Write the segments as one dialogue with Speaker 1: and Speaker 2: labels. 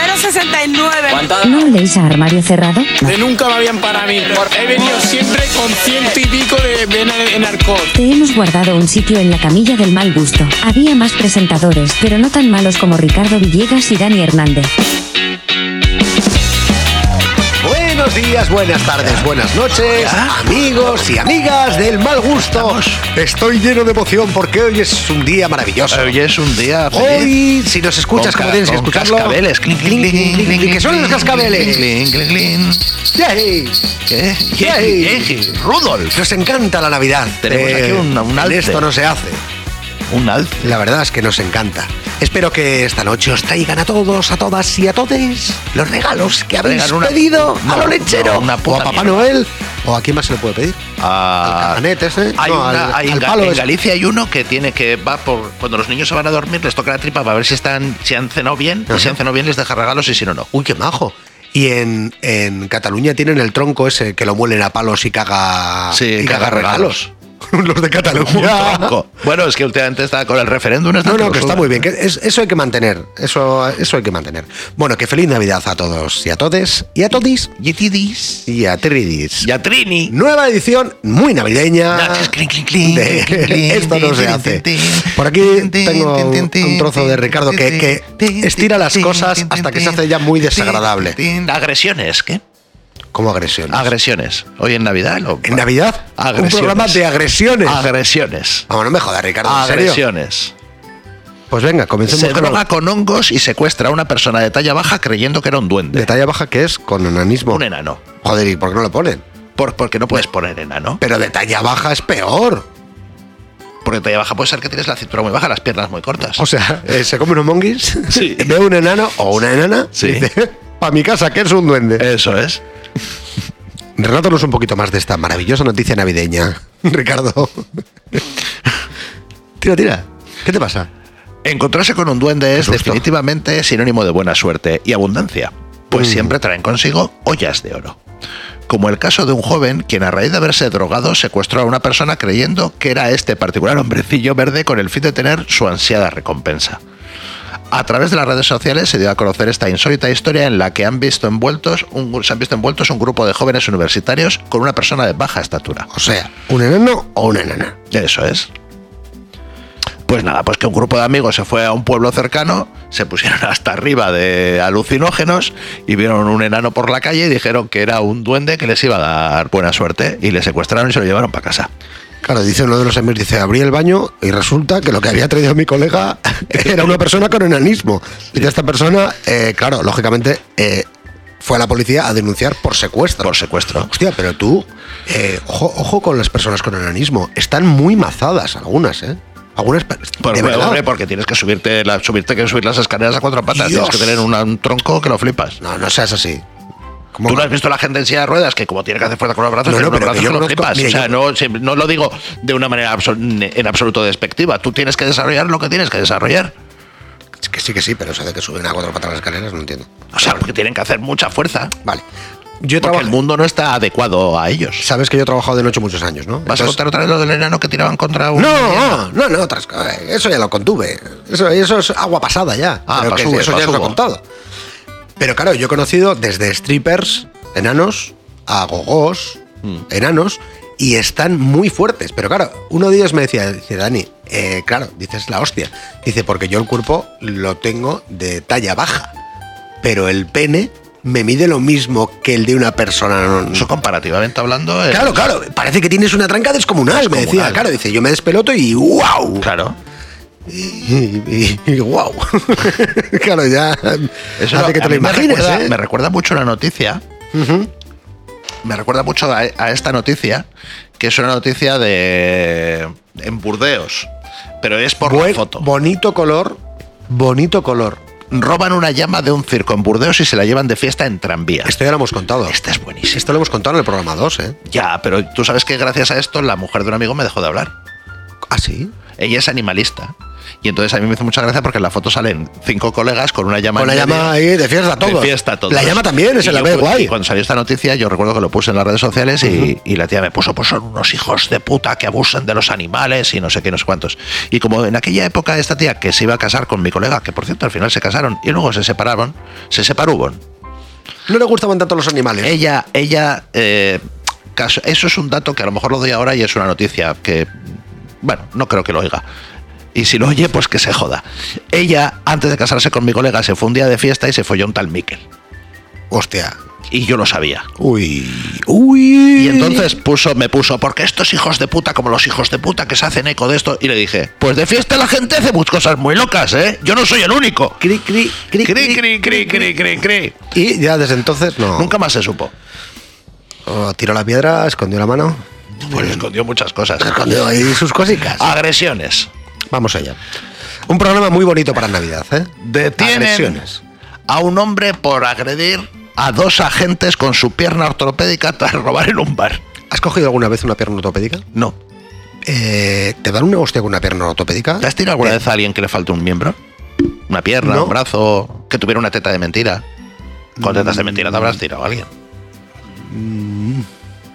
Speaker 1: 69.
Speaker 2: ¿No leéis a armario cerrado?
Speaker 3: De nunca me habían para mí. He venido siempre con ciento y pico de vena en arcos.
Speaker 2: Te hemos guardado un sitio en la camilla del mal gusto. Había más presentadores, pero no tan malos como Ricardo Villegas y Dani Hernández.
Speaker 4: Buenos días, buenas tardes, buenas noches, amigos y amigas del mal gusto. Estoy lleno de emoción porque hoy es un día maravilloso.
Speaker 5: Hoy es un día
Speaker 4: Hoy,
Speaker 5: feliz.
Speaker 4: si nos escuchas
Speaker 5: Con
Speaker 4: como
Speaker 5: ca-
Speaker 4: tienes que
Speaker 5: con
Speaker 4: escucharlo.
Speaker 5: Cascabeles, clink, clink, clink, clink,
Speaker 4: que son los cascabeles.
Speaker 5: Clink, clink, clink.
Speaker 4: ¡Yay!
Speaker 5: ¿Qué?
Speaker 4: Yay.
Speaker 5: Yeji, yeji, Rudolf.
Speaker 4: Nos encanta la Navidad. Eh,
Speaker 5: Tenemos aquí un- un
Speaker 4: en
Speaker 5: alce.
Speaker 4: Esto no se hace.
Speaker 5: Un alce.
Speaker 4: La verdad es que nos encanta. Espero que esta noche os traigan a todos, a todas y a todes los regalos que habéis
Speaker 5: Traigan una-
Speaker 4: pedido
Speaker 5: no,
Speaker 4: a lo lechero.
Speaker 5: no, una
Speaker 4: o
Speaker 5: puta
Speaker 4: a Papá
Speaker 5: mierda.
Speaker 4: Noel. ¿O a quién más se le puede pedir? Al
Speaker 5: Ah,
Speaker 4: cajanet ese.
Speaker 5: hay
Speaker 4: no,
Speaker 5: una-
Speaker 4: al,
Speaker 5: hay
Speaker 4: al
Speaker 5: en, Ga-
Speaker 4: palo
Speaker 5: en
Speaker 4: ese.
Speaker 5: Galicia hay uno que tiene que va por cuando los niños se van a dormir les toca la tripa para ver si están si han cenado bien y si han cenado bien les deja regalos y si no no
Speaker 4: Uy, qué majo. Y en, en Cataluña tienen el tronco ese que lo muelen a palos y caga,
Speaker 5: Sí,
Speaker 4: y
Speaker 5: caga regalos.
Speaker 4: Los de Cataluña.
Speaker 5: Tronco. bueno es que últimamente está con el referéndum
Speaker 4: No, no, que está muy bien. que es- eso hay que mantener. Eso, eso hay que mantener. Bueno, que feliz Navidad a todos y a todes y a todis
Speaker 5: Yetidis
Speaker 4: y a tridis.
Speaker 5: Yatrini
Speaker 4: Nueva edición muy navideña.
Speaker 5: Clink, clink, clink,
Speaker 4: de-
Speaker 5: clink, clink,
Speaker 4: Esto no se
Speaker 5: tin,
Speaker 4: hace.
Speaker 5: tin, tin,
Speaker 4: Por aquí
Speaker 5: tin, tin,
Speaker 4: tengo
Speaker 5: tin, tin,
Speaker 4: un trozo de
Speaker 5: tin,
Speaker 4: Ricardo que,
Speaker 5: tin,
Speaker 4: que
Speaker 5: tin,
Speaker 4: estira las
Speaker 5: tin,
Speaker 4: cosas
Speaker 5: tin,
Speaker 4: hasta que
Speaker 5: tin,
Speaker 4: se hace ya muy
Speaker 5: tin,
Speaker 4: desagradable.
Speaker 5: tin. Agresiones, ¿qué?
Speaker 4: Como agresión.
Speaker 5: Agresiones. Hoy en Navidad. lo-
Speaker 4: ¿En Navidad? Un
Speaker 5: Agresiones.
Speaker 4: programa de agresiones.
Speaker 5: Agresiones.
Speaker 4: Vamos, Ah, no me jodas, Ricardo. ¿en serio?
Speaker 5: Agresiones.
Speaker 4: Pues venga, comencemos
Speaker 5: Se
Speaker 4: con
Speaker 5: droga con hongos y secuestra a una persona de talla baja creyendo que era un duende.
Speaker 4: de talla baja que es con enanismo.
Speaker 5: Un enano.
Speaker 4: Joder, ¿y por qué no lo ponen?
Speaker 5: Por- porque no puedes poner enano.
Speaker 4: Pero de talla baja es peor.
Speaker 5: Porque talla baja puede ser que tienes la cintura muy baja, las piernas muy cortas.
Speaker 4: O sea, eh, se come unos monguis,
Speaker 5: Sí.
Speaker 4: ve un enano o una enana,
Speaker 5: Sí.
Speaker 4: y dice, para mi casa, que es un duende.
Speaker 5: Eso es.
Speaker 4: Relátanos un poquito más de esta maravillosa noticia navideña, Ricardo. tira, tira. ¿Qué te pasa?
Speaker 5: Encontrarse con un duende es
Speaker 4: susto.
Speaker 5: definitivamente sinónimo de buena suerte y abundancia, pues
Speaker 4: Mm.
Speaker 5: siempre traen consigo ollas de oro. Como el caso de un joven quien a raíz de haberse drogado secuestró a una persona creyendo que era este particular hombrecillo verde con el fin de tener su ansiada recompensa. A través de las redes sociales se dio a conocer esta insólita historia en la que han visto envueltos un- se han visto envueltos un grupo de jóvenes universitarios con una persona de baja estatura.
Speaker 4: O sea, ¿un enano o una enana?
Speaker 5: Eso es. Pues nada, pues que un grupo de amigos se fue a un pueblo cercano, se pusieron hasta arriba de alucinógenos y vieron un enano por la calle y dijeron que era un duende que les iba a dar buena suerte y le secuestraron y se lo llevaron para casa.
Speaker 4: Claro, dice uno de los amigos, dice, abrí el baño y resulta que lo que había traído mi colega era una persona con enanismo. Y esta persona, eh, claro, lógicamente, eh, fue a la policía a denunciar por secuestro.
Speaker 5: Por secuestro.
Speaker 4: Hostia, pero tú, eh, ojo, ojo con las personas con enanismo. Están muy mazadas algunas, ¿eh? Algunas... pe-
Speaker 5: Por
Speaker 4: de verdad.
Speaker 5: Pues hombre, porque tienes que subirte, la- subirte que subir las escaleras a cuatro patas,
Speaker 4: Dios.
Speaker 5: tienes que tener una- un tronco que lo flipas.
Speaker 4: No, no seas así. ¿Cómo
Speaker 5: Tú no
Speaker 4: que-
Speaker 5: has visto la gente en silla de ruedas que como tiene que hacer fuerza con los brazos,
Speaker 4: No,
Speaker 5: tiene
Speaker 4: no,
Speaker 5: unos
Speaker 4: pero
Speaker 5: brazos
Speaker 4: que yo
Speaker 5: que lo
Speaker 4: conozco-
Speaker 5: flipas.
Speaker 4: mira,
Speaker 5: o sea,
Speaker 4: yo-
Speaker 5: no, si- no lo digo de una manera absol- en absoluto despectiva. Tú tienes que desarrollar lo que tienes que desarrollar.
Speaker 4: Que sí, que sí, pero eso de que suben a cuatro patas las escaleras no entiendo.
Speaker 5: O sea, porque tienen que hacer mucha fuerza.
Speaker 4: Vale. Yo
Speaker 5: Porque el
Speaker 4: trabajo...
Speaker 5: mundo no está adecuado a ellos.
Speaker 4: Sabes que yo he trabajado de noche muchos años, ¿no?
Speaker 5: ¿Vas
Speaker 4: Entonces-
Speaker 5: a contar otra vez lo del enano que tiraban contra un.?
Speaker 4: No, ah, no, no, otras cosas. Eso ya lo contuve. Eso, eso es agua pasada ya.
Speaker 5: Ah,
Speaker 4: Pero que
Speaker 5: pasube,
Speaker 4: eso ya os lo he
Speaker 5: pasube.
Speaker 4: contado. Pero claro, yo he conocido desde strippers, enanos, a gogós, enanos, y están muy fuertes. Pero claro, uno de ellos me decía, dice Dani, eh, claro, dices la hostia. Dice, porque yo el cuerpo lo tengo de talla baja, pero el pene me mide lo mismo que el de una persona no-
Speaker 5: Eso comparativamente hablando. es-
Speaker 4: Claro, claro, parece que tienes una tranca descomunal, me decía.
Speaker 5: Descomunal.
Speaker 4: Claro, dice, yo me despeloto y wow.
Speaker 5: Claro.
Speaker 4: Y, wow. claro, ya. hace
Speaker 5: Eso no-
Speaker 4: que te
Speaker 5: a
Speaker 4: lo
Speaker 5: mí me
Speaker 4: imagines,
Speaker 5: recuerda-
Speaker 4: ¿eh?
Speaker 5: Me recuerda mucho una noticia. Me recuerda mucho a, a esta noticia, que es una noticia de. en Burdeos. Pero es por
Speaker 4: Buen-
Speaker 5: la foto.
Speaker 4: Bonito color, bonito color.
Speaker 5: Roban una llama de un circo en Burdeos y se la llevan de fiesta en tranvía.
Speaker 4: Esto ya lo hemos contado.
Speaker 5: Esta es buenísima.
Speaker 4: Esto lo hemos contado en el programa 2, ¿eh?
Speaker 5: Ya, pero tú sabes que gracias a esto la mujer de un amigo me dejó de hablar.
Speaker 4: Ah, sí.
Speaker 5: Ella es animalista Y entonces a mí me hizo mucha gracia porque en la foto salen cinco colegas con una llama.
Speaker 4: Con la
Speaker 5: en medio.
Speaker 4: llama ahí de fiesta, todo.
Speaker 5: De fiesta todos.
Speaker 4: La llama también,
Speaker 5: Y
Speaker 4: se la
Speaker 5: yo,
Speaker 4: ve
Speaker 5: pues,
Speaker 4: guay.
Speaker 5: y cuando salió esta noticia, yo recuerdo que lo puse en las redes sociales y, y la tía me puso, pues son unos hijos de puta que abusan de los animales y no sé qué, no sé cuántos. Y como en aquella época esta tía que se iba a casar con mi colega, que por cierto al final se casaron y luego se separaron, se separó.
Speaker 4: No le gustaban tanto los animales.
Speaker 5: Ella, ella, eh, caso- eso es un dato que a lo mejor lo doy ahora y es una noticia que, bueno, no creo que lo oiga. Y si lo oye, pues que se joda. Ella, antes de casarse con mi colega, se fue un día de fiesta y se folló un tal Miquel.
Speaker 4: Hostia.
Speaker 5: Y yo lo sabía.
Speaker 4: Uy. Uy.
Speaker 5: Y entonces puso, me puso, porque estos hijos de puta, como los hijos de puta que se hacen eco de esto, y le dije, pues de fiesta la gente hace muchas cosas muy locas, ¿eh? Yo no soy el único.
Speaker 4: Cri, cri, cri,
Speaker 5: Cri,
Speaker 4: cri.
Speaker 5: cri, cri, cri, cri, cri.
Speaker 4: Y ya desde entonces no.
Speaker 5: Nunca más se supo.
Speaker 4: Oh, tiró la piedra, escondió la mano.
Speaker 5: Pues escondió muchas cosas.
Speaker 4: Escondió ahí sus cositas.
Speaker 5: Agresiones.
Speaker 4: Vamos allá. Un programa muy bonito para Navidad, ¿eh?
Speaker 5: Detienen
Speaker 4: Agresiones.
Speaker 5: a un hombre por agredir a dos agentes con su pierna ortopédica tras robar en un bar.
Speaker 4: ¿Has cogido alguna vez una pierna ortopédica?
Speaker 5: No.
Speaker 4: Eh, ¿Te dan una hostia con una pierna ortopédica?
Speaker 5: ¿Te has tirado alguna
Speaker 4: Bien.
Speaker 5: vez a alguien que le falta un miembro? ¿Una pierna,
Speaker 4: Eh. No.
Speaker 5: un brazo? ¿Que tuviera una teta de mentira? Con tetas de mentira te
Speaker 4: Mm.
Speaker 5: habrás tirado a alguien.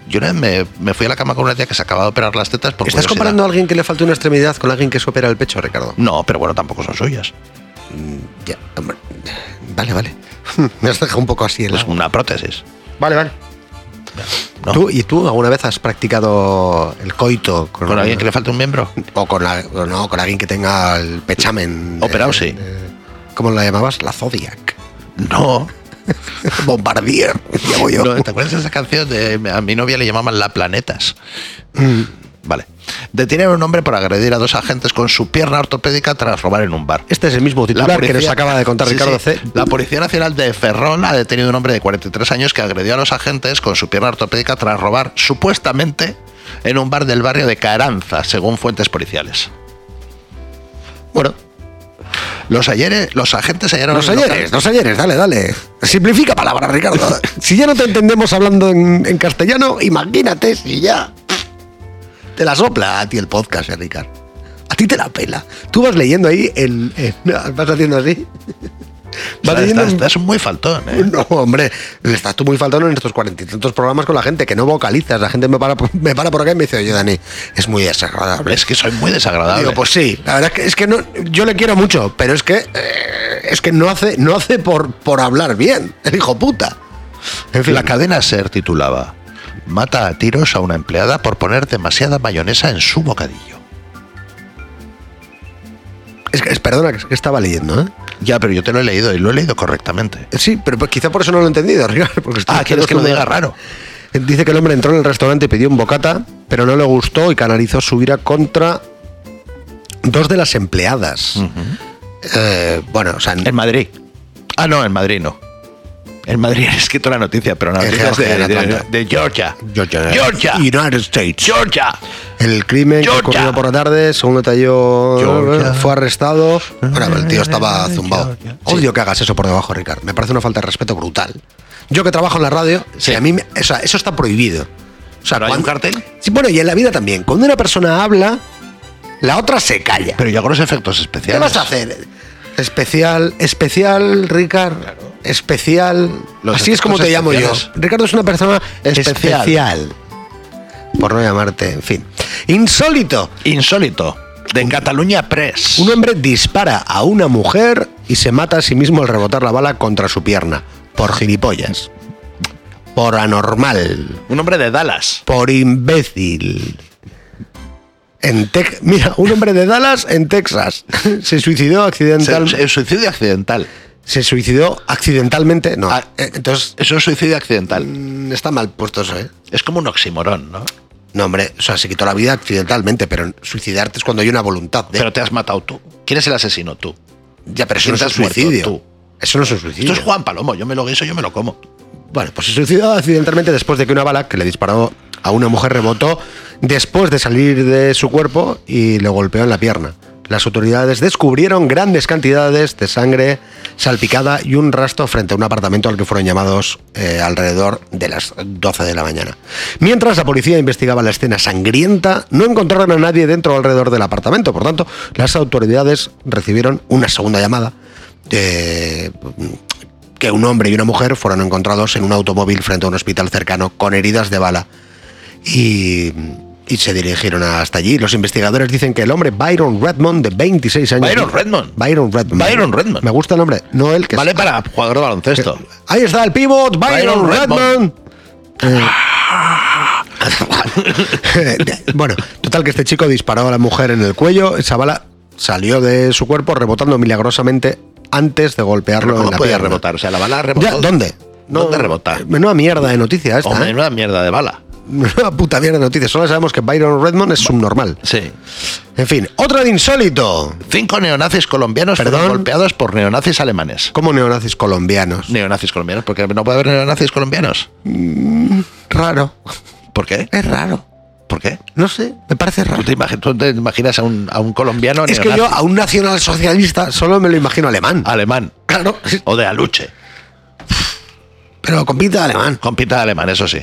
Speaker 5: Yo una vez me, me fui a la cama con una tía que se acaba de operar las tetas por
Speaker 4: ¿Estás
Speaker 5: curiosidad.
Speaker 4: comparando a alguien que le falta una extremidad con alguien que se opera el pecho, Ricardo?
Speaker 5: No, pero bueno, tampoco son suyas.
Speaker 4: Ya, hombre. Vale, vale. Me has dejado un poco así en la...
Speaker 5: Es una prótesis.
Speaker 4: Vale, vale.
Speaker 5: No.
Speaker 4: ¿Tú, ¿Y tú alguna vez has practicado el coito con,
Speaker 5: ¿Con alguien que le falta un miembro?
Speaker 4: O con, la- o no, con alguien que tenga el pechamen. de-
Speaker 5: Operado, sí.
Speaker 4: de- ¿Cómo la llamabas? La Zodiac.
Speaker 5: No.
Speaker 4: Bombardier. Llamo yo.
Speaker 5: No, ¿Te acuerdas de esa canción? De, a mi novia le llamaban La Planetas.
Speaker 4: Mm.
Speaker 5: Vale. Detienen a un hombre por agredir a dos agentes con su pierna ortopédica tras robar en un bar.
Speaker 4: Este es el mismo titular
Speaker 5: La
Speaker 4: que nos
Speaker 5: policía-
Speaker 4: acaba de contar
Speaker 5: Sí,
Speaker 4: Ricardo
Speaker 5: sí.
Speaker 4: C.
Speaker 5: La Policía Nacional de Ferrol ha detenido a un hombre de 43 años que agredió a los agentes con su pierna ortopédica tras robar, supuestamente, en un bar del barrio de Caranza, según fuentes policiales. Bueno. Los, ayeres, los agentes hallaron...
Speaker 4: Los
Speaker 5: el local-
Speaker 4: ayeres, los ayeres, dale, dale. Simplifica palabras, Ricardo. Si ya no te entendemos hablando en, en castellano, imagínate si ya. Te la sopla a ti el podcast, eh, Ricardo. A ti te la pela. Tú vas leyendo ahí el. eh, vas haciendo así.
Speaker 5: O
Speaker 4: Vas
Speaker 5: sea,
Speaker 4: leyendo.
Speaker 5: estás, estás muy faltón, ¿eh?
Speaker 4: No, hombre, estás tú muy faltando en estos cuarenta y tantos programas con la gente que no vocalizas. La gente me para, por- me para por acá y me dice, oye, Dani, es muy desagradable.
Speaker 5: Es que soy muy desagradable.
Speaker 4: Digo, pues sí, la verdad es que, es que no, yo le quiero mucho, pero es que eh, es que no hace, no hace por, por hablar bien, el hijo puta. En fin,
Speaker 5: La cadena SER titulaba Mata a tiros a una empleada por poner demasiada mayonesa en su bocadillo.
Speaker 4: es que, es- perdona, que es que estaba leyendo, ¿eh?
Speaker 5: Ya, pero yo te lo he leído y lo he leído correctamente.
Speaker 4: Sí, pero pues quizá por eso no lo he entendido, Ricardo, porque estoy
Speaker 5: Ah, quieres que lo
Speaker 4: haciendo-
Speaker 5: diga raro.
Speaker 4: Dice que el hombre entró en el restaurante y pidió un bocata, pero no le gustó y canalizó su ira contra dos de las empleadas. Eh, bueno, o sea,
Speaker 5: En Madrid. Ah, no, en Madrid no. En Madrid he escrito la noticia, pero la
Speaker 4: En
Speaker 5: noticia es
Speaker 4: Georgia,
Speaker 5: de,
Speaker 4: en
Speaker 5: de-
Speaker 4: Atlanta.
Speaker 5: de Georgia.
Speaker 4: Georgia,
Speaker 5: Georgia.
Speaker 4: United States.
Speaker 5: Georgia.
Speaker 4: El crimen
Speaker 5: Georgia.
Speaker 4: que ocurrió por la tarde, según detalló, eh,
Speaker 5: Georgia.
Speaker 4: fue arrestado. Bueno, pero el tío estaba zumbado.
Speaker 5: Georgia.
Speaker 4: Odio que hagas eso por debajo, Ricardo. Me parece una falta de respeto brutal. Yo que trabajo en la radio, si a mí me- o sea, eso está prohibido. O sea,
Speaker 5: ¿Pero hay un
Speaker 4: cuando-
Speaker 5: cartel?
Speaker 4: Sí, bueno, y en la vida también. Cuando una persona habla, la otra se calla.
Speaker 5: Pero yo hago los efectos
Speaker 4: ¿Qué
Speaker 5: especiales.
Speaker 4: vas a hacer? Especial, especial, Ricardo. Especial.
Speaker 5: Los
Speaker 4: Así es como te
Speaker 5: efectos
Speaker 4: llamo yo.
Speaker 5: especiales.
Speaker 4: Ricardo es una persona
Speaker 5: Especial.
Speaker 4: especial. Por no llamarte, en fin. Insólito.
Speaker 5: Insólito. De Cataluña Press.
Speaker 4: Un hombre dispara a una mujer y se mata a sí mismo al rebotar la bala contra su pierna. Por gilipollas. Por anormal.
Speaker 5: Un hombre de Dallas.
Speaker 4: Por imbécil. En Tex- Mira, un hombre de Dallas en Texas se suicidó
Speaker 5: Se-
Speaker 4: accidentalmente.
Speaker 5: se- suicidio accidental.
Speaker 4: se suicidó accidentalmente. No.
Speaker 5: Ah.
Speaker 4: Eh, Entonces,
Speaker 5: Es un suicidio accidental.
Speaker 4: mm, está mal puesto eso, ¿eh?
Speaker 5: Es como un oximorón, ¿no?
Speaker 4: No, hombre, o sea, se quitó la vida accidentalmente, pero suicidarte es cuando hay una voluntad de.
Speaker 5: Pero te has matado tú. ¿Quién es el asesino tú?
Speaker 4: ya, pero eso no es
Speaker 5: te
Speaker 4: un
Speaker 5: has muerto
Speaker 4: suicidio.
Speaker 5: tú.
Speaker 4: Eso no es un suicidio.
Speaker 5: Esto es Juan Palomo. Yo me lo guiso, yo me lo como.
Speaker 4: Bueno, pues se suicidó accidentalmente después de que una bala que le disparó a una mujer rebotó después de salir de su cuerpo y le golpeó en la pierna. Las autoridades descubrieron grandes cantidades de sangre salpicada y un rastro frente a un apartamento al que fueron llamados eh, alrededor de las 12 de la mañana. Mientras la policía investigaba la escena sangrienta, no encontraron a nadie dentro o alrededor del apartamento. Por tanto, las autoridades recibieron una segunda llamada. eh, que un hombre y una mujer fueron encontrados en un automóvil frente a un hospital cercano con heridas de bala y, y se dirigieron hasta allí. Los investigadores dicen que el hombre Byron Redmond, de 26 años.
Speaker 5: Byron Redmond.
Speaker 4: Byron Redmond.
Speaker 5: Byron Redmond.
Speaker 4: Me gusta el nombre. No el que
Speaker 5: Vale
Speaker 4: es-
Speaker 5: para jugador de baloncesto.
Speaker 4: Ahí está el pivot, Byron,
Speaker 5: Byron
Speaker 4: Redmond.
Speaker 5: Redmond.
Speaker 4: Eh, bueno, total que este chico disparó a la mujer en el cuello. Esa bala salió de su cuerpo rebotando milagrosamente antes de golpearlo
Speaker 5: ¿Cómo
Speaker 4: en la
Speaker 5: podía
Speaker 4: pierna.
Speaker 5: rebotar? O sea, la bala
Speaker 4: Ya,
Speaker 5: rebotó.
Speaker 4: ¿Dónde?
Speaker 5: ¿Dónde rebota?
Speaker 4: Menuda mierda de noticia esta.
Speaker 5: Hombre,
Speaker 4: ¿eh?
Speaker 5: una mierda de bala.
Speaker 4: Menuda puta mierda de noticia. Solo sabemos que Byron Redmond es subnormal.
Speaker 5: Sí.
Speaker 4: En fin, otra de insólito.
Speaker 5: Cinco neonazis colombianos
Speaker 4: ¿Perdón?
Speaker 5: fueron golpeados por neonazis alemanes.
Speaker 4: Como neonazis colombianos.
Speaker 5: Neonazis colombianos, porque no puede haber neonazis colombianos.
Speaker 4: Raro.
Speaker 5: ¿Por qué?
Speaker 4: Es raro.
Speaker 5: ¿Por qué?
Speaker 4: No sé, me parece
Speaker 5: ¿Tú
Speaker 4: raro.
Speaker 5: te, imagi- tú te imaginas a un, a un colombiano
Speaker 4: Es que
Speaker 5: neonazi? Ah.
Speaker 4: yo a un nacionalsocialista solo me lo imagino alemán.
Speaker 5: alemán
Speaker 4: Claro,
Speaker 5: o de aluche?
Speaker 4: pero con pinta de alemán.
Speaker 5: Con pinta de alemán, eso sí.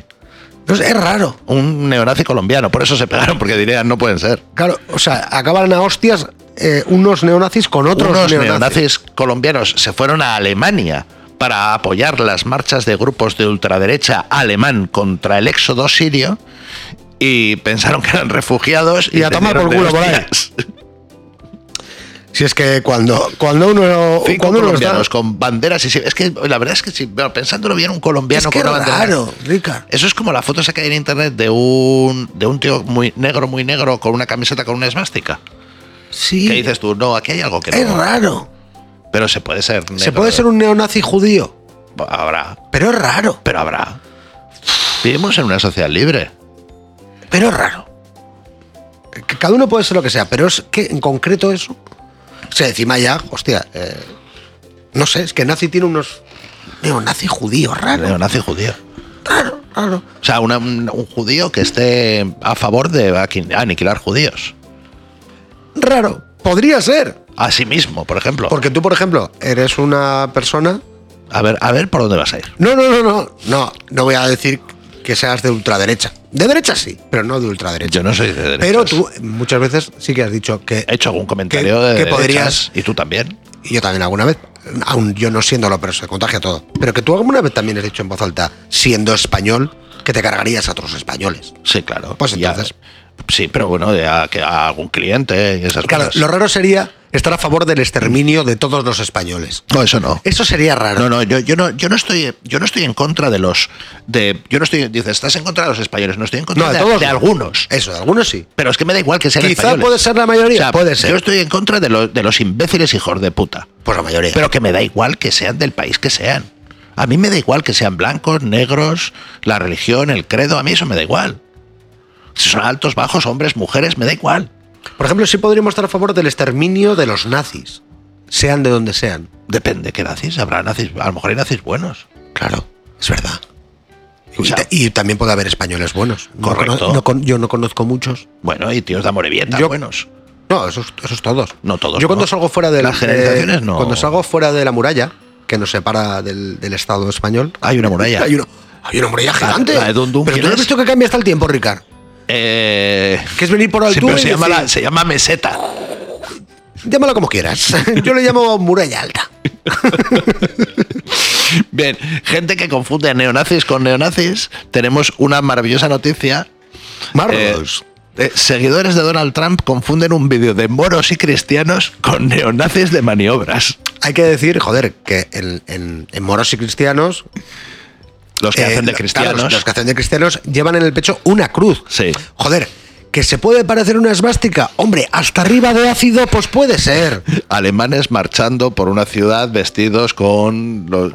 Speaker 4: No sé, es raro.
Speaker 5: Un neonazi colombiano, por eso se pegaron, porque dirían no pueden ser.
Speaker 4: Claro, o sea, acaban a hostias eh, unos neonazis con otros
Speaker 5: Unos
Speaker 4: neonazis.
Speaker 5: neonazis colombianos se fueron a Alemania para apoyar las marchas de grupos de ultraderecha alemán contra el éxodo sirio y pensaron que eran refugiados
Speaker 4: Y a tomar
Speaker 5: te dieron
Speaker 4: por
Speaker 5: de
Speaker 4: culo por ahí.
Speaker 5: hostias.
Speaker 4: Si es que cuando, cuando uno,
Speaker 5: Cinco
Speaker 4: cuando uno los da-
Speaker 5: colombianos con banderas y sí, es que la verdad es que si pensándolo bien un colombiano
Speaker 4: Es que
Speaker 5: con una bandera
Speaker 4: raro, Rica.
Speaker 5: Eso es como la foto esa que hay en internet de un, de un tío muy negro, muy negro, con una camiseta con una esvástica.
Speaker 4: Sí,
Speaker 5: ¿Qué dices tú? No, aquí hay algo que
Speaker 4: es
Speaker 5: no.
Speaker 4: raro.
Speaker 5: Pero se puede ser negro.
Speaker 4: Se puede ser un neonazi judío,
Speaker 5: Habrá,
Speaker 4: pero es raro.
Speaker 5: pero habrá. Vivimos en una sociedad libre.
Speaker 4: Pero es raro. Que Cada uno puede ser lo que sea, pero es que en concreto eso. O sea, encima ya, hostia. eh, no sé, es que nazi tiene unos. Neonazi judío, raro.
Speaker 5: Neonazi judío.
Speaker 4: Raro, raro.
Speaker 5: O sea, una- un, un judío que esté a favor de aqui- aniquilar judíos.
Speaker 4: Raro. Podría ser.
Speaker 5: A sí mismo, por ejemplo.
Speaker 4: Porque tú, por ejemplo, eres una persona.
Speaker 5: A ver, a ver por dónde vas a ir.
Speaker 4: No, no, no, no. No, no voy a decir que seas de ultraderecha. De derecha sí, pero no de ultraderecha.
Speaker 5: Yo no soy de derechas.
Speaker 4: Pero tú muchas veces sí que has dicho que.
Speaker 5: He hecho algún comentario
Speaker 4: Que-
Speaker 5: de
Speaker 4: que
Speaker 5: derechas,
Speaker 4: podrías-
Speaker 5: Y tú también.
Speaker 4: y yo también alguna vez, aún yo no siéndolo, pero se contagia todo. Pero que tú alguna vez también has dicho en voz alta, siendo español, que te cargarías a otros españoles.
Speaker 5: Sí, claro.
Speaker 4: Pues
Speaker 5: Ya-
Speaker 4: entonces.
Speaker 5: sí, pero bueno, de a, que a algún cliente y esas
Speaker 4: Claro,
Speaker 5: cosas.
Speaker 4: lo raro sería estar a favor del exterminio de todos los españoles.
Speaker 5: No, eso no.
Speaker 4: Eso sería raro.
Speaker 5: No, no, yo, yo no, yo no estoy, yo no estoy en contra de los, de, yo no estoy, dices, estás en contra de los españoles, no estoy en contra
Speaker 4: No,
Speaker 5: de, de
Speaker 4: no.
Speaker 5: algunos.
Speaker 4: Eso, de algunos sí.
Speaker 5: Pero es que me da igual que sean
Speaker 4: Quizá
Speaker 5: españoles.
Speaker 4: puede ser la mayoría,
Speaker 5: O sea,
Speaker 4: puede ser.
Speaker 5: Yo estoy en contra de, los de los imbéciles hijos de puta.
Speaker 4: Pues la mayoría.
Speaker 5: Pero que me da igual que sean del país que sean. A mí me da igual que sean blancos, negros, la religión, el credo, a mí eso me da igual. Si son altos, bajos, hombres, mujeres, me da igual.
Speaker 4: Por ejemplo, sí podríamos estar a favor del exterminio de los nazis, sean de donde sean.
Speaker 5: Depende qué nazis, habrá nazis, a lo mejor hay nazis buenos.
Speaker 4: Claro, es verdad. Y,
Speaker 5: sea-
Speaker 4: ta- y también puede haber españoles buenos. No
Speaker 5: Correcto.
Speaker 4: cono- no con- yo no conozco muchos.
Speaker 5: Bueno, y tíos de Amorebieta
Speaker 4: Yo-
Speaker 5: buenos.
Speaker 4: No, esos, esos todos.
Speaker 5: No todos,
Speaker 4: Yo cuando
Speaker 5: no.
Speaker 4: salgo fuera de la-
Speaker 5: Las generalizaciones no.
Speaker 4: Cuando salgo fuera de la muralla, que nos separa del, del Estado español.
Speaker 5: Hay una muralla.
Speaker 4: Hay una, hay una muralla gigante.
Speaker 5: la de Don Dun,
Speaker 4: Pero tú
Speaker 5: ¿quién
Speaker 4: no has
Speaker 5: es?
Speaker 4: visto que cambia hasta el tiempo, Ricard.
Speaker 5: Eh,
Speaker 4: Que es venir por
Speaker 5: sí,
Speaker 4: altura.
Speaker 5: pero se,
Speaker 4: y
Speaker 5: llama la-
Speaker 4: decir,
Speaker 5: se llama meseta.
Speaker 4: Llámala como quieras. Yo le llamo muralla alta.
Speaker 5: Bien, gente que confunde a neonazis con neonazis, tenemos una maravillosa noticia.
Speaker 4: Marros.
Speaker 5: Eh, eh, seguidores de Donald Trump confunden un vídeo de moros y cristianos con neonazis de maniobras.
Speaker 4: Hay que decir, joder, que en, en- en moros y cristianos.
Speaker 5: Los que
Speaker 4: eh,
Speaker 5: hacen de
Speaker 4: claro,
Speaker 5: cristianos.
Speaker 4: los, que hacen de cristianos llevan en el pecho una cruz.
Speaker 5: Sí.
Speaker 4: Joder, que se puede parecer una esvástica. Hombre, hasta arriba de ácido, pues puede ser.
Speaker 5: Alemanes marchando por una ciudad vestidos con los...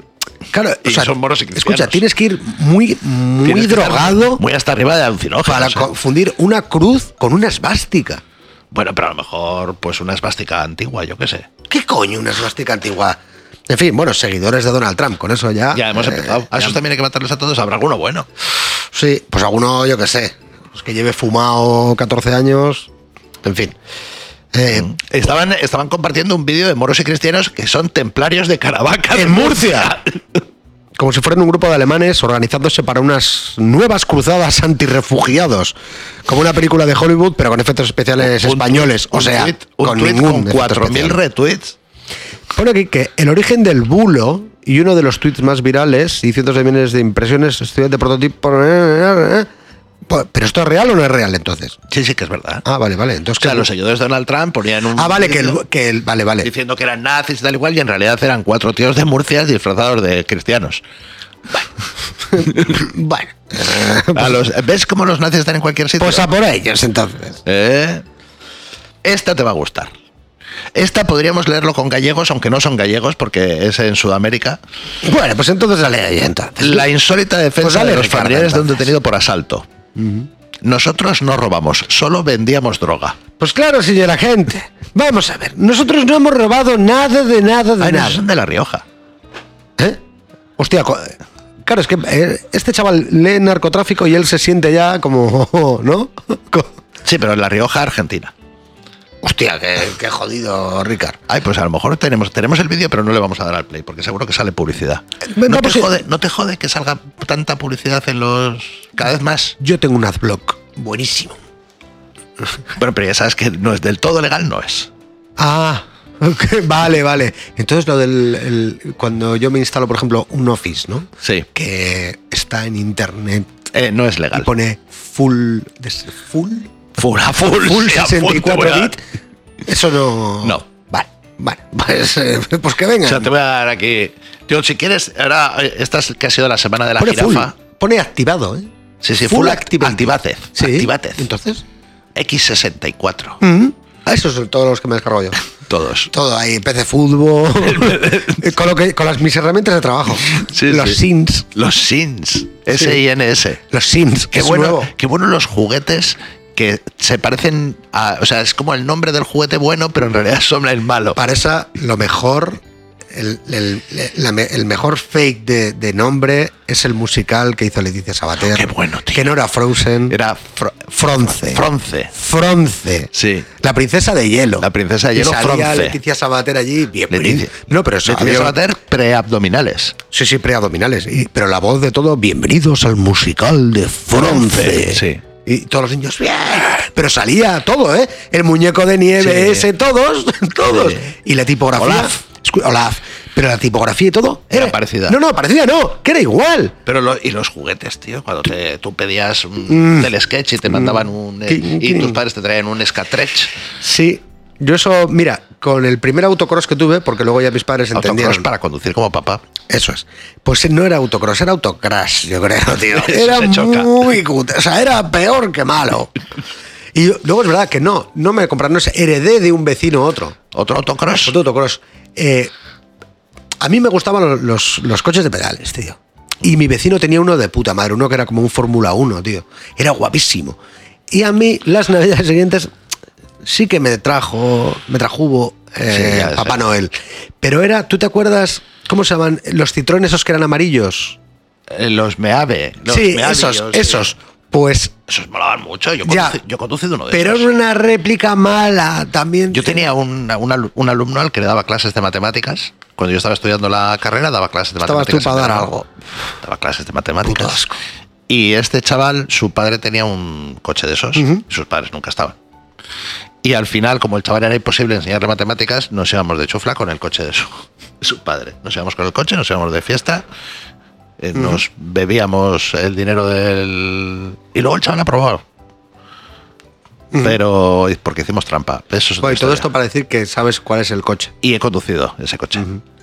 Speaker 4: Claro,
Speaker 5: Y
Speaker 4: o sea,
Speaker 5: son moros y cristianos.
Speaker 4: Escucha, tienes que ir muy, muy
Speaker 5: Tienes que estar
Speaker 4: drogado
Speaker 5: Muy hasta arriba de alucinógenos.
Speaker 4: para
Speaker 5: ¿eh?
Speaker 4: confundir una cruz con una esvástica.
Speaker 5: Bueno, pero a lo mejor pues una esvástica antigua, yo qué sé.
Speaker 4: ¿Qué coño una esvástica antigua? En fin, bueno, seguidores de Donald Trump, con eso ya.
Speaker 5: Ya hemos
Speaker 4: eh,
Speaker 5: empezado. A esos también hay que matarles a todos. Habrá alguno bueno.
Speaker 4: Sí, pues alguno, yo qué sé, pues que lleve fumado 14 años. En fin. Eh,
Speaker 5: Mm. Estaban, estaban compartiendo un vídeo de moros y cristianos que son templarios de Caravaca.
Speaker 4: en Murcia. Como si fueran un grupo de alemanes organizándose para unas nuevas cruzadas antirrefugiados. Como una película de Hollywood, pero con efectos especiales españoles. o sea, con
Speaker 5: con
Speaker 4: ningún
Speaker 5: con
Speaker 4: efecto
Speaker 5: 4.000
Speaker 4: especial.
Speaker 5: retweets.
Speaker 4: Pone aquí que el origen del bulo y uno de los tweets más virales y cientos de millones de impresiones, estudiante de prototipo. eh, eh, eh. Pero esto es real o no es real entonces?
Speaker 5: Sí, sí, que es verdad.
Speaker 4: Ah, vale, vale. Entonces,
Speaker 5: O sea,
Speaker 4: ¿qué-
Speaker 5: los seguidores de Donald Trump ponían un.
Speaker 4: Ah, vale, que
Speaker 5: vídeo
Speaker 4: el, que el- Vale, vale.
Speaker 5: Diciendo que eran nazis y tal igual, y en realidad eran cuatro tíos de Murcia disfrazados de cristianos.
Speaker 4: Bueno,
Speaker 5: A los- ¿Ves cómo los nazis están en cualquier sitio?
Speaker 4: pues a por ellos entonces.
Speaker 5: ¿Eh? Esta te va a gustar. Esta podríamos leerlo con gallegos, aunque no son gallegos, porque es en Sudamérica.
Speaker 4: Bueno, pues entonces dale ahí entonces.
Speaker 5: La insólita
Speaker 4: Pues
Speaker 5: defensa
Speaker 4: dale,
Speaker 5: de los
Speaker 4: Ricardo,
Speaker 5: familiares de un
Speaker 4: entonces.
Speaker 5: detenido por asalto. Nosotros no robamos, solo vendíamos droga.
Speaker 4: Pues claro, señora gente. Vamos a ver, nosotros no hemos robado nada de nada de
Speaker 5: Ah, no,
Speaker 4: nada.
Speaker 5: son de La Rioja.
Speaker 4: ¿Eh? Hostia, co- claro, es que eh, este chaval lee narcotráfico y él se siente ya como, ¿no? Co-
Speaker 5: Sí, pero en La Rioja, Argentina.
Speaker 4: Hostia, qué, qué jodido, Ricard.
Speaker 5: Ay, pues a lo mejor tenemos, tenemos el vídeo, pero no le vamos a dar al play, porque seguro que sale publicidad.
Speaker 4: Venga,
Speaker 5: No te,
Speaker 4: pues sí.
Speaker 5: jode, no te jode que salga tanta publicidad en los... cada vez más.
Speaker 4: Yo tengo un adblock buenísimo.
Speaker 5: Bueno, pero ya sabes que no es del todo legal, no es.
Speaker 4: Ah, ok, vale, vale. Entonces lo del el- cuando yo me instalo, por ejemplo, un Office, ¿no?
Speaker 5: Sí.
Speaker 4: Que está en internet
Speaker 5: Eh, no es
Speaker 4: y
Speaker 5: legal.
Speaker 4: pone full, des- full,
Speaker 5: Full, a full,
Speaker 4: full
Speaker 5: sí, a full, te
Speaker 4: 64
Speaker 5: voy a-
Speaker 4: bit. Eso no.
Speaker 5: No.
Speaker 4: Vale, vale. Pues, eh, pues que
Speaker 5: O
Speaker 4: venga.
Speaker 5: sea, te voy a dar aquí. Tío, si quieres, ahora, eh, esta es que ha sido la semana de la
Speaker 4: pone full.
Speaker 5: jirafa.
Speaker 4: Pone activado, ¿eh?
Speaker 5: Sí, sí, full, activate.
Speaker 4: Sí.
Speaker 5: Activate.
Speaker 4: Entonces.
Speaker 5: X64.
Speaker 4: mm, A esos son todos los que me descargo yo.
Speaker 5: Todos.
Speaker 4: Todo ahí, PC Fútbol. con, lo que, con las, mis herramientas de trabajo.
Speaker 5: Sí,
Speaker 4: los
Speaker 5: sí.
Speaker 4: Sims.
Speaker 5: Los Sims.
Speaker 4: Sí.
Speaker 5: S-I-N-S.
Speaker 4: Los Sims.
Speaker 5: Qué
Speaker 4: es
Speaker 5: bueno,
Speaker 4: nuevo.
Speaker 5: qué bueno los juguetes que se parecen a. O sea, es como el nombre del juguete bueno, pero en realidad son el malo.
Speaker 4: Para esa, lo mejor. El, el- la me- el mejor fake de, de nombre es el musical que hizo Leticia Sabater.
Speaker 5: Qué bueno, tío.
Speaker 4: Que no era Frozen.
Speaker 5: Era Fro-
Speaker 4: Fronce.
Speaker 5: Fronce.
Speaker 4: Fronce.
Speaker 5: Sí.
Speaker 4: La princesa de hielo.
Speaker 5: La princesa de
Speaker 4: Y
Speaker 5: hielo,
Speaker 4: salía
Speaker 5: Fronce.
Speaker 4: Leticia Sabater allí. Bien,
Speaker 5: Leticia.
Speaker 4: No, pero eso,
Speaker 5: Leticia
Speaker 4: había-
Speaker 5: Sabater, preabdominales.
Speaker 4: Sí, sí, preabdominales. Y- pero la voz de todo, bienvenidos al musical de Fronce.
Speaker 5: Sí.
Speaker 4: Y todos los niños, bien. Pero salía todo, ¿eh? El muñeco de nieve
Speaker 5: Sí.
Speaker 4: ese, todos, todos.
Speaker 5: Sí.
Speaker 4: Y la tipografía.
Speaker 5: Olaf.
Speaker 4: Escu- Olaf. Pero la tipografía y todo.
Speaker 5: Era parecida.
Speaker 4: No, no, parecida no, que era igual.
Speaker 5: Pero lo- y los juguetes, tío, cuando te- tú pedías
Speaker 4: Mm.
Speaker 5: un telesketch y te mandaban un... eh,
Speaker 4: Clink,
Speaker 5: y tus
Speaker 4: clink.
Speaker 5: padres te traían un escatretch.
Speaker 4: Sí. Yo eso, mira, con el primer autocross que tuve, porque luego ya mis padres entendieron.
Speaker 5: Autocross para conducir como papá.
Speaker 4: Eso es. Pues no era autocross, era autocrash, yo creo, tío.
Speaker 5: Eso
Speaker 4: Era
Speaker 5: se choca.
Speaker 4: muy cutre. O sea, era peor que malo. Y yo- luego es verdad que no, no me compraron ese. Heredé de un vecino otro.
Speaker 5: Otro autocross.
Speaker 4: Otro autocross. Eh, a mí me gustaban los, los- los coches de pedales, tío. Y mi vecino tenía uno de puta madre, uno que era como un Fórmula 1, tío. Era guapísimo. Y a mí, las navidades siguientes, sí que me trajo, me trajubo eh,
Speaker 5: Sí, ya sé.
Speaker 4: Papá Noel. Pero era, ¿tú te acuerdas cómo se llaman? Los citrones esos que eran amarillos.
Speaker 5: Eh, Los Meave. los
Speaker 4: sí,
Speaker 5: Meavillos,
Speaker 4: esos,
Speaker 5: sí.
Speaker 4: esos. Pues,
Speaker 5: Esos molaban mucho. Yo
Speaker 4: Ya.
Speaker 5: conducí, yo conducí de uno de
Speaker 4: pero
Speaker 5: esos.
Speaker 4: era una réplica mala también.
Speaker 5: Yo tenía un, un alu- un alumno al que le daba clases de matemáticas. Cuando yo estaba estudiando la carrera, daba clases de
Speaker 4: Estabas tú
Speaker 5: matemáticas.
Speaker 4: para
Speaker 5: en
Speaker 4: dar
Speaker 5: verano.
Speaker 4: algo.
Speaker 5: Daba clases de matemáticas.
Speaker 4: Puto asco.
Speaker 5: Y este chaval, su padre tenía un coche de esos.
Speaker 4: Ujú.
Speaker 5: Sus padres nunca estaban. Y al final, como el chaval era imposible enseñarle matemáticas, nos íbamos de chufla con el coche de su, su padre. Nos íbamos con el coche, nos íbamos de fiesta, eh, nos bebíamos el dinero del... Y luego el chaval aprobó. Pero porque hicimos trampa. Eso es otra
Speaker 4: Bueno, y todo
Speaker 5: historia.
Speaker 4: esto para decir que sabes cuál es el coche.
Speaker 5: Y he conducido ese coche.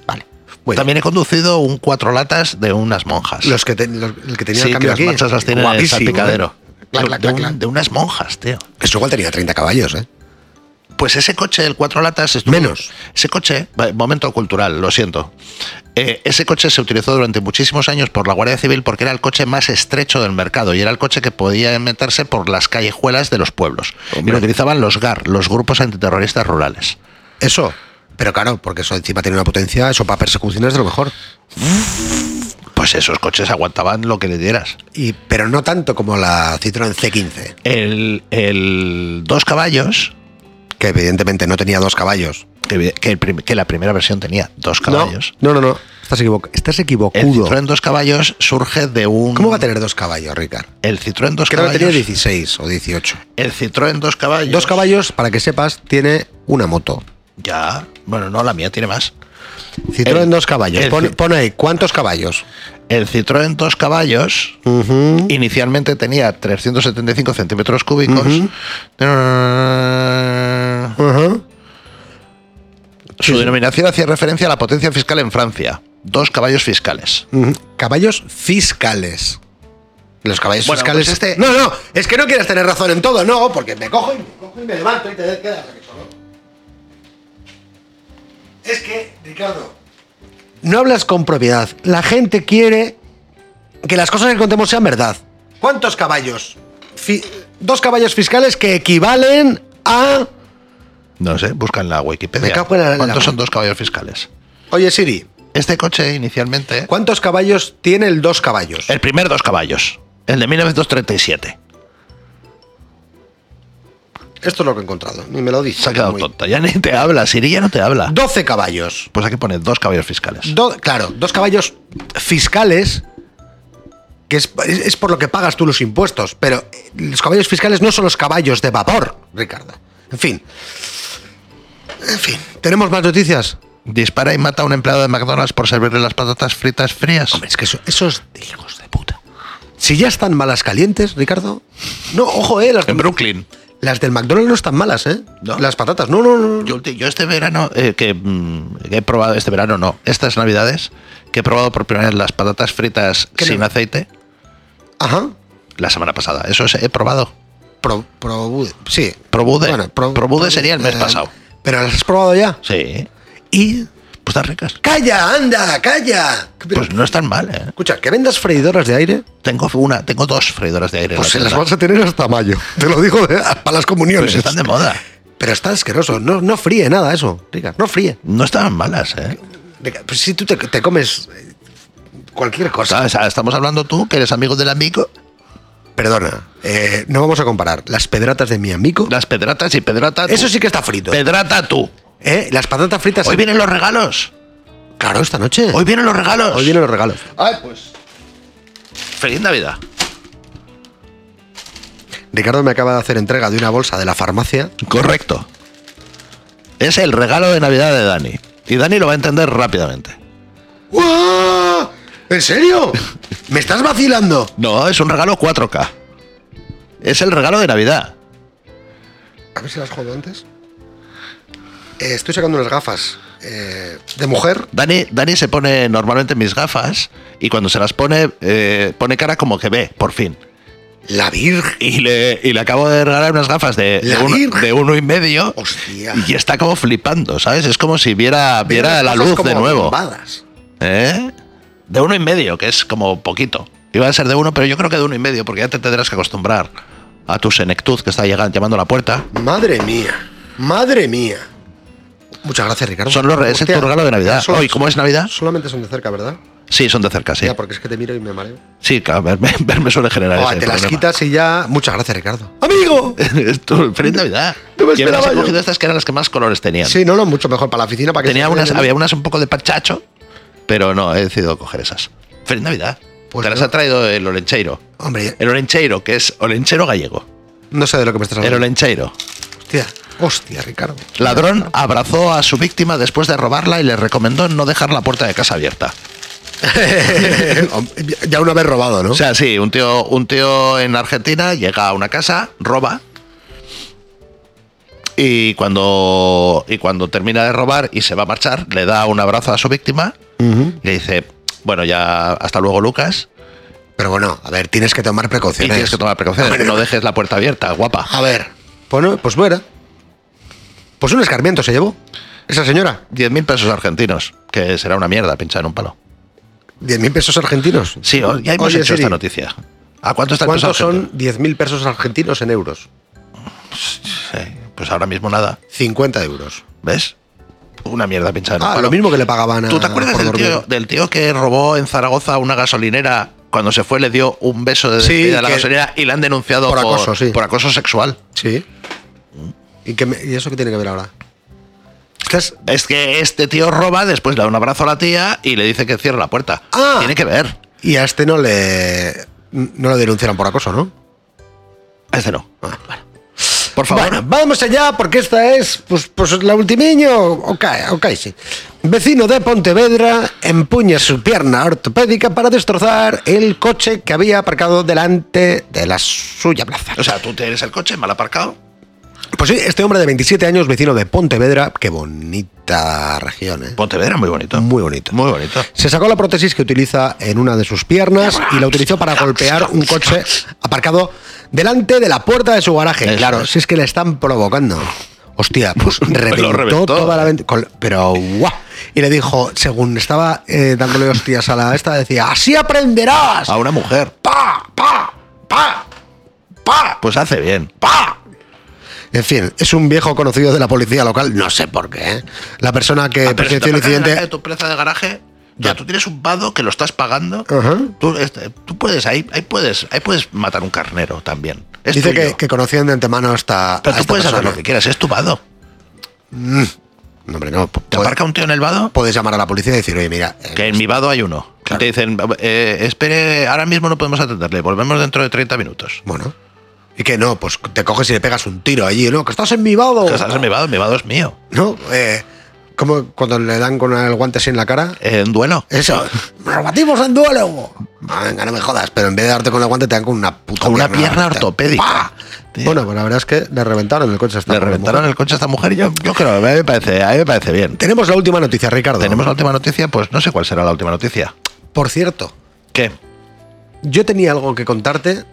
Speaker 4: Vale. Bueno,
Speaker 5: También he conducido un cuatro latas de unas monjas.
Speaker 4: los que, ten- los- el que tenía
Speaker 5: sí,
Speaker 4: el
Speaker 5: que
Speaker 4: cambio
Speaker 5: las
Speaker 4: aquí.
Speaker 5: manchas las tienen en el
Speaker 4: guapísimo,
Speaker 5: salpicadero.
Speaker 4: ¿eh? Clac, clac,
Speaker 5: de,
Speaker 4: clac,
Speaker 5: un-
Speaker 4: clac.
Speaker 5: de unas monjas, tío.
Speaker 4: Eso igual tenía 30 caballos, ¿eh?
Speaker 5: Pues ese coche del cuatro latas estuvo-
Speaker 4: Menos.
Speaker 5: Ese coche, va, momento cultural, lo siento. Eh, ese coche se utilizó durante muchísimos años por la Guardia Civil porque era el coche más estrecho del mercado y era el coche que podía meterse por las callejuelas de los pueblos. Y lo utilizaban los GAR, los grupos antiterroristas rurales.
Speaker 4: Eso. Pero claro, porque eso encima tiene una potencia, eso para persecuciones de lo mejor.
Speaker 5: Pues esos coches aguantaban lo que le dieras.
Speaker 4: Y, pero no tanto como la Citroën C15.
Speaker 5: el, el dos caballos
Speaker 4: que evidentemente no tenía dos caballos.
Speaker 5: Que, que el prim- que la primera versión tenía dos caballos.
Speaker 4: No, no, no. no. Estás, equivo- estás
Speaker 5: El
Speaker 4: equivocudo.
Speaker 5: Citroën dos caballos surge de un.
Speaker 4: ¿Cómo va a tener dos caballos, Ricard?
Speaker 5: El Citroën dos
Speaker 4: Creo que tenía
Speaker 5: caballos.
Speaker 4: 16 o 18.
Speaker 5: El Citroën dos caballos.
Speaker 4: Dos caballos, para que sepas, tiene una moto.
Speaker 5: Ya. Bueno, no, la mía tiene más.
Speaker 4: Citroën
Speaker 5: El-
Speaker 4: dos caballos.
Speaker 5: el
Speaker 4: Pon,
Speaker 5: Cit-
Speaker 4: pon ahí, ¿cuántos caballos?
Speaker 5: El Citroën dos caballos
Speaker 4: Ujú.
Speaker 5: inicialmente tenía 375 centímetros cúbicos.
Speaker 4: Ujú.
Speaker 5: Su denominación hacía referencia a la potencia fiscal en Francia. Dos caballos fiscales.
Speaker 4: Ujú. Caballos fiscales. Los caballos
Speaker 5: Bueno,
Speaker 4: fiscales.
Speaker 5: pues este-
Speaker 4: No, no, es que no quieres tener razón en todo, no, porque me cojo y me, cojo y me levanto y te quedas aquí solo. Es que, Ricardo, no hablas con propiedad. La gente quiere que las cosas que contemos sean verdad. ¿Cuántos caballos? Fi- dos caballos fiscales que equivalen a.
Speaker 5: No sé, busca en la Wikipedia.
Speaker 4: Me cago en la-
Speaker 5: ¿Cuántos
Speaker 4: la-
Speaker 5: son dos caballos fiscales?
Speaker 4: Oye, Siri,
Speaker 5: Este coche inicialmente.
Speaker 4: ¿cuántos caballos tiene el dos caballos?
Speaker 5: El primer dos caballos. El de 1937.
Speaker 4: Esto es lo que he encontrado, ni me lo dice.
Speaker 5: Se ha quedado
Speaker 4: Muy-
Speaker 5: tonta. Ya ni te habla. Siri ya no te habla.
Speaker 4: 12 caballos.
Speaker 5: Pues aquí pone dos caballos fiscales.
Speaker 4: Do- claro, dos caballos fiscales, que es, es- es por lo que pagas tú los impuestos, pero eh, los caballos fiscales no son los caballos de vapor, Ricardo. En fin. En fin, ¿tenemos más noticias?
Speaker 5: Dispara y mata a un empleado de McDonald's por servirle las patatas fritas frías.
Speaker 4: Hombre, es que eso- esos hijos de puta. Si ya están malas calientes, Ricardo. No, ojo, eh, las,
Speaker 5: en Brooklyn.
Speaker 4: las del McDonald's no están malas, ¿eh?
Speaker 5: ¿No?
Speaker 4: Las patatas, no, no, no.
Speaker 5: Yo, yo este verano, eh, que, mm, que he probado, este verano no, estas navidades, que he probado por primera vez las patatas fritas
Speaker 4: ¿Qué
Speaker 5: sin
Speaker 4: no?
Speaker 5: aceite
Speaker 4: Ajá.
Speaker 5: la semana pasada. Eso es- he probado.
Speaker 4: Pro, probude. Sí.
Speaker 5: Probude.
Speaker 4: pro-
Speaker 5: Probude sería el mes
Speaker 4: eh,
Speaker 5: pasado.
Speaker 4: Pero las has probado ya.
Speaker 5: Sí.
Speaker 4: Y
Speaker 5: Pues están ricas.
Speaker 4: ¡Calla, anda, calla! Pero,
Speaker 5: Pues no están mal, ¿eh?
Speaker 4: escucha, que vendas freidoras de aire,
Speaker 5: Tengo, una, tengo dos freidoras de aire. en
Speaker 4: pues se
Speaker 5: Eh, la
Speaker 4: las
Speaker 5: tienda.
Speaker 4: vas a tener hasta mayo. Te lo digo de- para las comuniones.
Speaker 5: Pues están de moda.
Speaker 4: Pero está asqueroso. No, no fríe nada eso, Ricardo. No fríe.
Speaker 5: No estaban malas, ¿eh?
Speaker 4: Ricardo, Pues si tú te, te comes eh, cualquier cosa.
Speaker 5: Sabes, Estamos hablando tú, que eres amigo del amigo.
Speaker 4: Perdona, eh, no vamos a comparar las pedratas de mi amigo.
Speaker 5: Las pedratas y pedrata tú.
Speaker 4: Eso sí que está frito.
Speaker 5: Pedrata tú.
Speaker 4: Eh, Las patatas fritas.
Speaker 5: Hoy vienen los regalos.
Speaker 4: Claro, esta noche.
Speaker 5: Hoy vienen los regalos.
Speaker 4: Hoy vienen los regalos.
Speaker 5: Ay, pues. Feliz Navidad.
Speaker 4: Ricardo me acaba de hacer entrega de una bolsa de la farmacia.
Speaker 5: Correcto. Es el regalo de Navidad de Dani. Y Dani lo va a entender rápidamente.
Speaker 4: ¡Uah! ¿En serio? ¿Me estás vacilando?
Speaker 5: No, es un regalo 4K. Es el regalo de Navidad.
Speaker 4: A ver si las jodo antes. Eh, estoy sacando unas gafas eh, de mujer.
Speaker 5: Dani, Dani se pone normalmente mis gafas y cuando se las pone, eh, pone cara como que ve, por fin.
Speaker 4: La Virgen.
Speaker 5: Y le, y le acabo de regalar unas gafas de, de
Speaker 4: La
Speaker 5: uno,
Speaker 4: Virgen.
Speaker 5: de uno y medio.
Speaker 4: Hostia.
Speaker 5: Y está como flipando, ¿sabes? Es como si viera, viera la
Speaker 4: Gafas
Speaker 5: luz
Speaker 4: como
Speaker 5: de nuevo.
Speaker 4: bombadas.
Speaker 5: ¿Eh? De uno y medio, que es como poquito. Iba a ser de uno, pero yo creo que de uno y medio, porque ya te tendrás que acostumbrar a tu senectud que está llegando, llamando a la puerta.
Speaker 4: Madre mía. Madre mía. Muchas gracias, Ricardo.
Speaker 5: Son los re- ese es tu regalo de Navidad.
Speaker 4: solo-
Speaker 5: Hoy, ¿cómo es Navidad?
Speaker 4: Solamente son de cerca, ¿verdad?
Speaker 5: Sí, son de cerca, sí.
Speaker 4: Ya, pues. porque es que te miro y me mareo.
Speaker 5: Sí, claro, verme, verme suele generar
Speaker 4: Ah,
Speaker 5: ese
Speaker 4: te las
Speaker 5: problema.
Speaker 4: quitas y ya. Muchas gracias, Ricardo. ¡Amigo!
Speaker 5: Tú, ¡Feliz Navidad!
Speaker 4: No me
Speaker 5: Yo
Speaker 4: esperaba
Speaker 5: las he
Speaker 4: yo.
Speaker 5: cogido estas que eran las que más colores tenían.
Speaker 4: Sí, no, no, mucho mejor para la oficina. Para que
Speaker 5: Tenía
Speaker 4: se-
Speaker 5: unas, había unas un poco de parchacho, pero no, he decidido coger esas. ¡Feliz Navidad!
Speaker 4: Pues
Speaker 5: te las
Speaker 4: no.
Speaker 5: ha traído el olencheiro.
Speaker 4: Hombre,
Speaker 5: El olencheiro, que es olenchero gallego.
Speaker 4: no sé de lo que me estás
Speaker 5: El
Speaker 4: hablando.
Speaker 5: olencheiro.
Speaker 4: Hostia, hostia, Ricardo.
Speaker 5: Ladrón abrazó a su víctima después de robarla y le recomendó no dejar la puerta de casa abierta.
Speaker 4: Eh, ya una vez robado, ¿no?
Speaker 5: O sea, sí, un tío, un tío en Argentina llega a una casa, roba. Y cuando, y cuando termina de robar y se va a marchar, le da un abrazo a su víctima y le dice, bueno, ya hasta luego Lucas,
Speaker 4: Pero bueno, a ver, tienes que tomar
Speaker 5: y
Speaker 4: precauciones.
Speaker 5: tienes que tomar precauciones, no dejes la puerta abierta, guapa.
Speaker 4: A ver. Pues no, pues no era. Pues un escarmiento se llevó. Esa señora.
Speaker 5: 10.000 pesos argentinos, que será una mierda pinchar en un palo.
Speaker 4: 10.000 pesos argentinos.
Speaker 5: Sí, ya hemos
Speaker 4: Oye,
Speaker 5: hecho
Speaker 4: Siri,
Speaker 5: esta noticia. ¿A cuánto está el peso
Speaker 4: ¿Cuántos
Speaker 5: argentino?
Speaker 4: son 10.000 pesos argentinos en euros?
Speaker 5: Sí, pues ahora mismo nada.
Speaker 4: 50 euros.
Speaker 5: ¿Ves? Una mierda pinchar en un
Speaker 4: Ah,
Speaker 5: palo.
Speaker 4: lo mismo que le pagaban a.
Speaker 5: ¿Tú te acuerdas
Speaker 4: por
Speaker 5: del
Speaker 4: dormir?
Speaker 5: tío, del tío que robó en Zaragoza una gasolinera? Cuando se fue le dio un beso de
Speaker 4: Sí,
Speaker 5: despedida a la
Speaker 4: que-
Speaker 5: gasolinera y la han denunciado
Speaker 4: por
Speaker 5: por,
Speaker 4: acoso, sí.
Speaker 5: por acoso sexual.
Speaker 4: Sí. ¿Y, qué me- y eso qué tiene que ver ahora? Estás-
Speaker 5: Es que este tío roba, después le da un abrazo a la tía y le dice que cierre la puerta.
Speaker 4: Ah.
Speaker 5: Tiene que ver.
Speaker 4: Y a este no le. No lo denunciaron por acoso, ¿no?
Speaker 5: A Este no. Por favor.
Speaker 4: Bueno, vamos allá porque esta es pues, pues la ultimiño o cae, o cae, sí. Vecino de Pontevedra empuña su pierna ortopédica para destrozar el coche que había aparcado delante de la suya plaza.
Speaker 5: O sea, tú tienes el coche mal aparcado.
Speaker 4: Pues sí, este hombre de 27 años, vecino de Pontevedra, qué bonita región, ¿eh?
Speaker 5: Pontevedra, muy bonito.
Speaker 4: Muy bonito.
Speaker 5: Muy bonito.
Speaker 4: Se sacó la prótesis que utiliza en una de sus piernas y la utilizó para golpear un coche aparcado delante de la puerta de su garaje.
Speaker 5: Eso
Speaker 4: claro,
Speaker 5: es.
Speaker 4: si es que le están provocando. Hostia, pues reventó,
Speaker 5: reventó.
Speaker 4: toda la vent- col- Pero guau. Y le dijo, según estaba eh, dándole hostias a la esta, decía, así aprenderás.
Speaker 5: A una mujer.
Speaker 4: Pa, pa, pa, pa,
Speaker 5: Pues hace bien.
Speaker 4: pa. En fin, es un viejo conocido de la policía local, no sé por qué. ¿eh? La persona que
Speaker 5: Ah, pero si te
Speaker 4: presenció el incidente
Speaker 5: aparcas en el garaje de tu plaza de garaje, ya
Speaker 4: Ya.
Speaker 5: tú tienes un vado que lo estás pagando.
Speaker 4: Ajá.
Speaker 5: Tú, este, tú puedes ahí, ahí puedes, ahí puedes matar un carnero también. Es
Speaker 4: Dice
Speaker 5: tuyo.
Speaker 4: que, que conocían de antemano hasta.
Speaker 5: pero
Speaker 4: a
Speaker 5: tú
Speaker 4: esta
Speaker 5: puedes hacer
Speaker 4: persona.
Speaker 5: lo que quieras, es tu vado.
Speaker 4: No, hombre, no. po-
Speaker 5: Te
Speaker 4: puede-
Speaker 5: aparca un tío en el vado,
Speaker 4: Puedes llamar a la policía y decir, oye, mira. eh,
Speaker 5: que en mi vado hay uno. Y te dicen, eh, espere, ahora mismo no podemos atenderle, volvemos dentro de 30 minutos.
Speaker 4: Bueno. Y que no, pues te coges y le pegas un tiro allí, ¿no? Que estás en mi vado.
Speaker 5: Que estás en mi vado, mi vado es mío.
Speaker 4: ¿No? Eh, como cuando le dan con el guante así en la cara.
Speaker 5: Eh, En duelo.
Speaker 4: Eso. ¡Nos batimos en duelo! Ah, venga, no me jodas, pero en vez de darte con el guante te dan con una puta
Speaker 5: Con una pierna
Speaker 4: Te-
Speaker 5: ortopédica.
Speaker 4: ¡Pah!
Speaker 5: Tío.
Speaker 4: Bueno, pues la verdad es que le reventaron el coche hasta
Speaker 5: Le reventaron el coche a esta mujer y yo, yo creo, a mí me parece, a mí me parece bien.
Speaker 4: Tenemos la última noticia, Ricardo.
Speaker 5: Tenemos la última noticia, pues no sé cuál será la última noticia.
Speaker 4: Por cierto,
Speaker 5: ¿Qué?
Speaker 4: yo tenía algo que contarte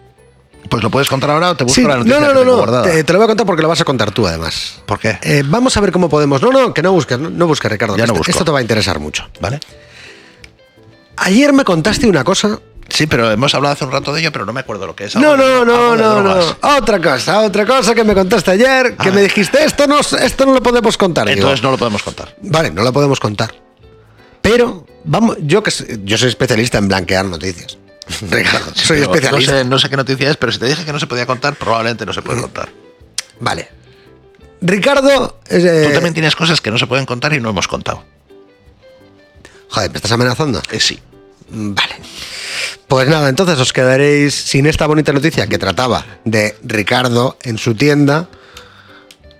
Speaker 5: Pues lo puedes contar ahora o te busco
Speaker 4: Sí,
Speaker 5: la noticia
Speaker 4: no, no,
Speaker 5: que
Speaker 4: no,
Speaker 5: tengo
Speaker 4: no.
Speaker 5: guardada.
Speaker 4: Te, te lo voy a contar porque lo vas a contar tú, además.
Speaker 5: ¿Por qué?
Speaker 4: Eh, vamos a ver cómo podemos. No, no, que no busques, no, no busques, Ricardo.
Speaker 5: Ya
Speaker 4: que
Speaker 5: no
Speaker 4: este-
Speaker 5: busco.
Speaker 4: Esto te va a interesar mucho.
Speaker 5: ¿Vale?
Speaker 4: Ayer me contaste una cosa.
Speaker 5: Sí, pero hemos hablado hace un rato de ello, pero no me acuerdo lo que es.
Speaker 4: No,
Speaker 5: Algo de-
Speaker 4: no, no,
Speaker 5: algo de
Speaker 4: no,
Speaker 5: drogas.
Speaker 4: no. Otra cosa, otra cosa que me contaste ayer, que
Speaker 5: Ah.
Speaker 4: me dijiste, esto no, esto no lo podemos contar. Digo,
Speaker 5: Entonces no lo podemos contar.
Speaker 4: Vale, no la podemos contar. Pero, vamos, yo que sé- yo soy especialista en blanquear noticias. Ricardo,
Speaker 5: Sí,
Speaker 4: soy
Speaker 5: pero
Speaker 4: especialista. Eh,
Speaker 5: No sé, no sé qué noticia es, pero si te dije que no se podía contar, probablemente no se puede contar.
Speaker 4: Vale. Ricardo. eh,
Speaker 5: Tú también tienes cosas que no se pueden contar y no hemos contado.
Speaker 4: Joder, ¿me estás amenazando?
Speaker 5: Eh, sí.
Speaker 4: Vale. Pues nada, entonces os quedaréis sin esta bonita noticia que trataba de Ricardo en su tienda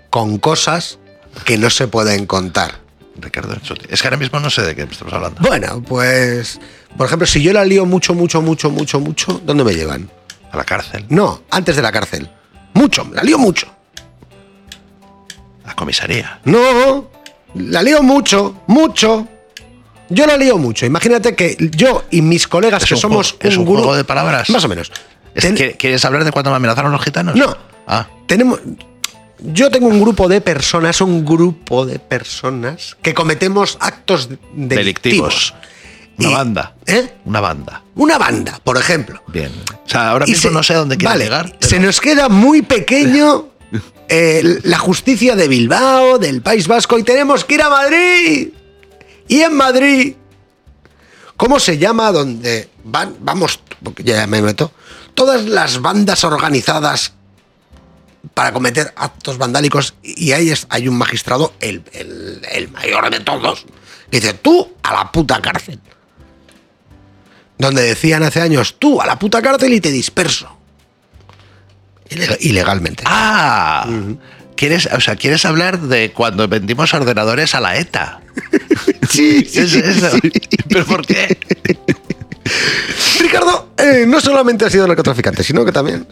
Speaker 4: con cosas que no se pueden contar.
Speaker 5: Ricardo, es que ahora mismo no sé de qué estamos hablando.
Speaker 4: Bueno, pues, por ejemplo, si yo la lío mucho, mucho, mucho, mucho, mucho, ¿dónde me llevan?
Speaker 5: A la cárcel,
Speaker 4: No, antes de la cárcel. Mucho, la lío mucho.
Speaker 5: a comisaría.
Speaker 4: No, la lío mucho, mucho. Yo la lío mucho. Imagínate que yo y mis colegas
Speaker 5: Es
Speaker 4: que
Speaker 5: un
Speaker 4: somos
Speaker 5: juego- es un
Speaker 4: grupo
Speaker 5: juego de palabras.
Speaker 4: Más o menos.
Speaker 5: Es-
Speaker 4: Ten-
Speaker 5: ¿qué- ¿Quieres hablar de cuando me amenazaron los gitanos?
Speaker 4: No.
Speaker 5: Ah,
Speaker 4: tenemos yo tengo un grupo de personas, un grupo de personas que cometemos actos delictivos.
Speaker 5: delictivos. Una
Speaker 4: Y-
Speaker 5: banda.
Speaker 4: ¿Eh?
Speaker 5: Una banda.
Speaker 4: Una banda, por ejemplo.
Speaker 5: Bien. O sea, ahora
Speaker 4: Y
Speaker 5: mismo
Speaker 4: se-
Speaker 5: no sé a dónde quiero
Speaker 4: vale,
Speaker 5: llegar.
Speaker 4: Se
Speaker 5: pero-
Speaker 4: nos queda muy pequeño eh, la justicia de Bilbao, del País Vasco, y tenemos que ir a Madrid. Y en Madrid, ¿cómo se llama donde van, vamos, porque ya me meto, todas las bandas organizadas para cometer actos vandálicos? Y ahí es, hay un magistrado, el, el- el mayor de todos, que dice, tú a la puta cárcel donde decían hace años, tú a la puta cárcel y te disperso. Ilega- Ilegalmente.
Speaker 5: Ah, quieres, o sea, quieres hablar de cuando vendimos ordenadores a la ETA.
Speaker 4: sí,
Speaker 5: ¿Es eso? ¿Pero por qué?
Speaker 4: Ricardo, eh, no solamente ha sido narcotraficante, sino que también,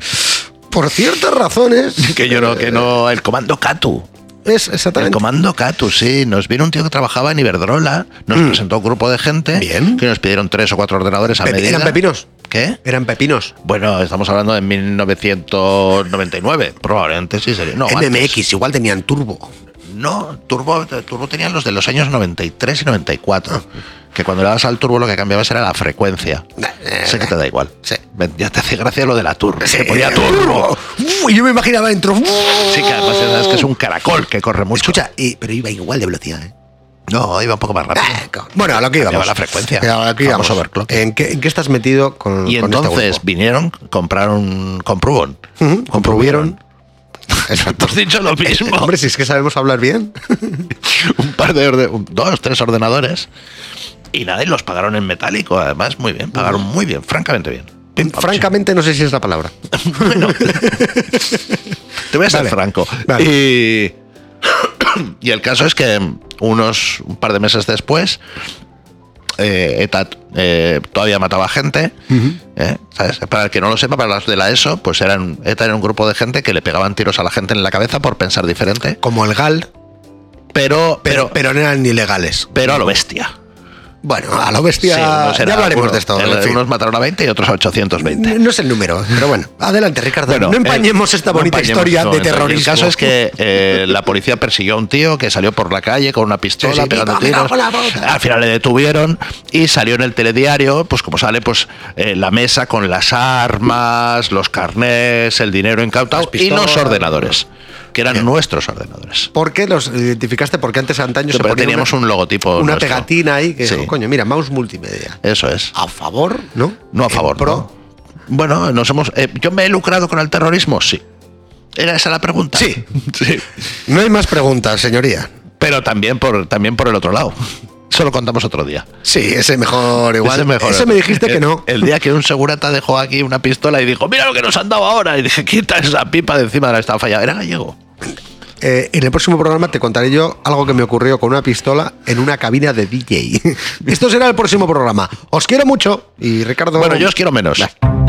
Speaker 4: por ciertas razones,
Speaker 5: Que yo no, que no. El comando Catu.
Speaker 4: es
Speaker 5: El
Speaker 4: exactamente...
Speaker 5: comando Catu, sí. Nos vino un tío que trabajaba en Iberdrola, nos presentó un grupo de gente
Speaker 4: Mm. Bien.
Speaker 5: que nos pidieron tres o cuatro ordenadores a
Speaker 4: Pepi-
Speaker 5: medida.
Speaker 4: eran pepinos.
Speaker 5: ¿Qué?
Speaker 4: Eran pepinos.
Speaker 5: Bueno, estamos hablando de 1999, probablemente sí sería. No, antes.
Speaker 4: MMX, igual tenían turbo.
Speaker 5: No, Turbo, Turbo tenían los de los años 93 y 94. Que cuando le dabas al turbo lo que cambiabas era la frecuencia.
Speaker 4: Eh,
Speaker 5: sé que te da igual.
Speaker 4: sí.
Speaker 5: Ven, Ya te hace gracia lo de la turbo. Se ponía
Speaker 4: Eh,
Speaker 5: turbo.
Speaker 4: Uf, yo me imaginaba dentro. uf.
Speaker 5: Sí, que además ya sabes que es un caracol que corre mucho.
Speaker 4: Escucha, y- pero iba igual de velocidad, ¿eh?
Speaker 5: No, iba un poco más rápido.
Speaker 4: Ah, cabrón. Bueno, a lo que íbamos.
Speaker 5: la frecuencia.
Speaker 4: A lo que
Speaker 5: Vamos
Speaker 4: íbamos.
Speaker 5: overclock.
Speaker 4: ¿En qué, en qué estás metido con
Speaker 5: Y
Speaker 4: con este
Speaker 5: entonces
Speaker 4: grupo?
Speaker 5: vinieron, compraron, comprubon.
Speaker 4: Ujú, comprobieron.
Speaker 5: Exacto, has dicho lo mismo.
Speaker 4: Eh, Hombre, si es que sabemos hablar bien.
Speaker 5: un par de orde- un- dos, tres ordenadores. Y nada, y los pagaron en metálico, además, muy bien, pagaron muy bien, francamente bien. Pim, pam,
Speaker 4: Mm, Francamente, no sé si es la palabra.
Speaker 5: chim. bueno, te voy a ser
Speaker 4: Vale,
Speaker 5: franco.
Speaker 4: vale.
Speaker 5: Y, y el caso es que unos un par de meses después, eh, ETA eh, todavía mataba gente. ¿eh? ¿Sabes? Para el que no lo sepa, para los de la ESO, pues eran, ETA era un grupo de gente que le pegaban tiros a la gente en la cabeza por pensar diferente.
Speaker 4: Como el GAL,
Speaker 5: Pero,
Speaker 4: pero,
Speaker 5: pero,
Speaker 4: pero no eran ilegales.
Speaker 5: pero a lo bestia.
Speaker 4: Bueno, a lo bestia.
Speaker 5: Sí, unos
Speaker 4: ya
Speaker 5: eran-
Speaker 4: hablaremos
Speaker 5: uno-
Speaker 4: de esto.
Speaker 5: el-
Speaker 4: en fin.
Speaker 5: Unos mataron a 20 y otros a 820.
Speaker 4: No- No es el número, pero bueno. Adelante, Ricardo.
Speaker 5: Bueno,
Speaker 4: no empañemos
Speaker 5: el-
Speaker 4: esta
Speaker 5: no
Speaker 4: bonita
Speaker 5: empañemos
Speaker 4: historia
Speaker 5: este
Speaker 4: de
Speaker 5: momento.
Speaker 4: terrorismo.
Speaker 5: El caso es que eh, la policía persiguió a un tío que salió por la calle con una pistola
Speaker 4: Sí, sí,
Speaker 5: pegando
Speaker 4: pipa, me
Speaker 5: tiros.
Speaker 4: cago en la puta.
Speaker 5: Al final le detuvieron y salió en el telediario, pues como sale, pues eh, la mesa con las armas, los carnés, el dinero incautado
Speaker 4: Las
Speaker 5: y los
Speaker 4: pistolas.
Speaker 5: ordenadores, que eran nuestros ordenadores.
Speaker 4: ¿Por qué los identificaste? Porque antes antaño se
Speaker 5: Pero
Speaker 4: ponía
Speaker 5: teníamos
Speaker 4: una,
Speaker 5: un logotipo.
Speaker 4: una
Speaker 5: nuestro.
Speaker 4: pegatina ahí que
Speaker 5: Sí,
Speaker 4: dijo, coño, mira, mouse multimedia.
Speaker 5: Eso es.
Speaker 4: A favor, ¿no?
Speaker 5: No a
Speaker 4: En
Speaker 5: favor.
Speaker 4: pro.
Speaker 5: no. Bueno, nos hemos. eh, ¿Yo me he lucrado con el terrorismo? Sí. ¿Era esa la pregunta?
Speaker 4: Sí.
Speaker 5: sí.
Speaker 4: No. hay más preguntas, señoría.
Speaker 5: Pero también por, también por el otro lado. Eso lo contamos otro día.
Speaker 4: Sí, ese mejor igual.
Speaker 5: Ese mejor.
Speaker 4: Ese me dijiste que
Speaker 5: El-
Speaker 4: no.
Speaker 5: El día que un segurata dejó aquí una pistola y dijo, mira lo que nos han dado ahora. Y dije, quita esa pipa de encima de la estafa. Ya era gallego.
Speaker 4: Eh, en el próximo programa te contaré yo algo que me ocurrió con una pistola en una cabina de DJ. Esto será el próximo programa. Os quiero mucho y Ricardo.
Speaker 5: Bueno, yo os quiero menos.
Speaker 4: Bye.